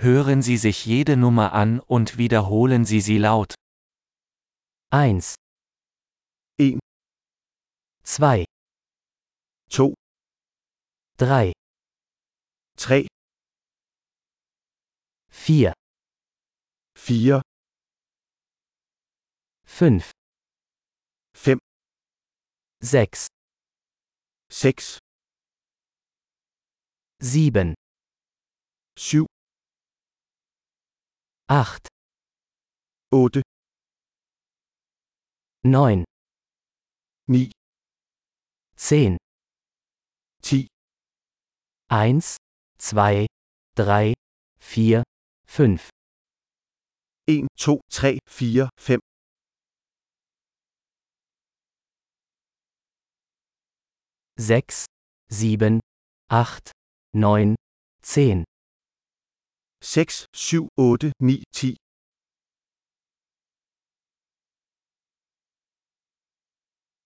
Hören Sie sich jede Nummer an und wiederholen Sie sie laut. 1, En. 2, 2, 3, 3, 4, 4, 5, 5, 6, 6, 7, 7, 8, 8, 9, 9, 10, 10, 1, 2, 3, 4, 5, 1, 2, 3, 4, 5, 6, 7, 8, 9, 10, 6, 7, 8, 9, 10,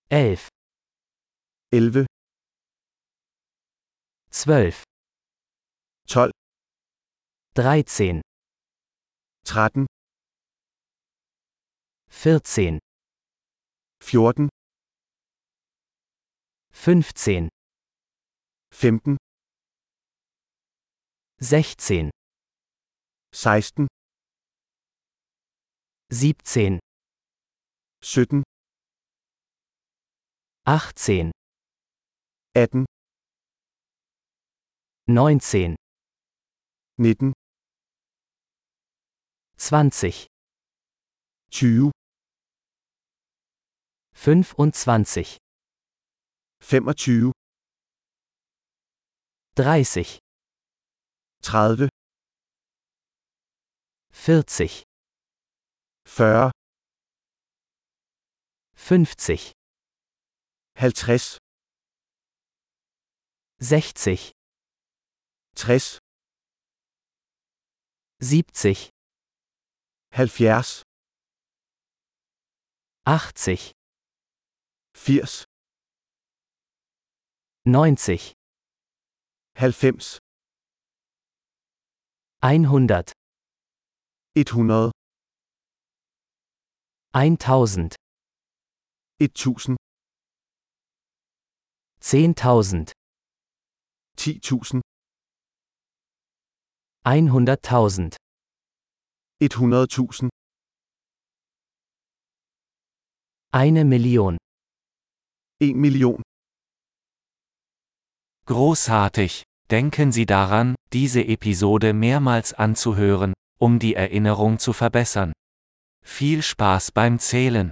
11, 11, 12, 12, 13, 13, 14, 14, 15, 15, 16, 16, 17, 17, 18, 18, 19, 19, 20, 20, 25, 25, 30, 30, 40, 40, 50, 50, 60, 60, 70, 70, 80, 80, 90, 90, 100, 100, 1000, 1000, 10.000, 10.000, 100.000, 100.000, eine Million. 1 Million. Großartig! Denken Sie daran, diese Episode mehrmals anzuhören, um die Erinnerung zu verbessern. Viel Spaß beim Zählen!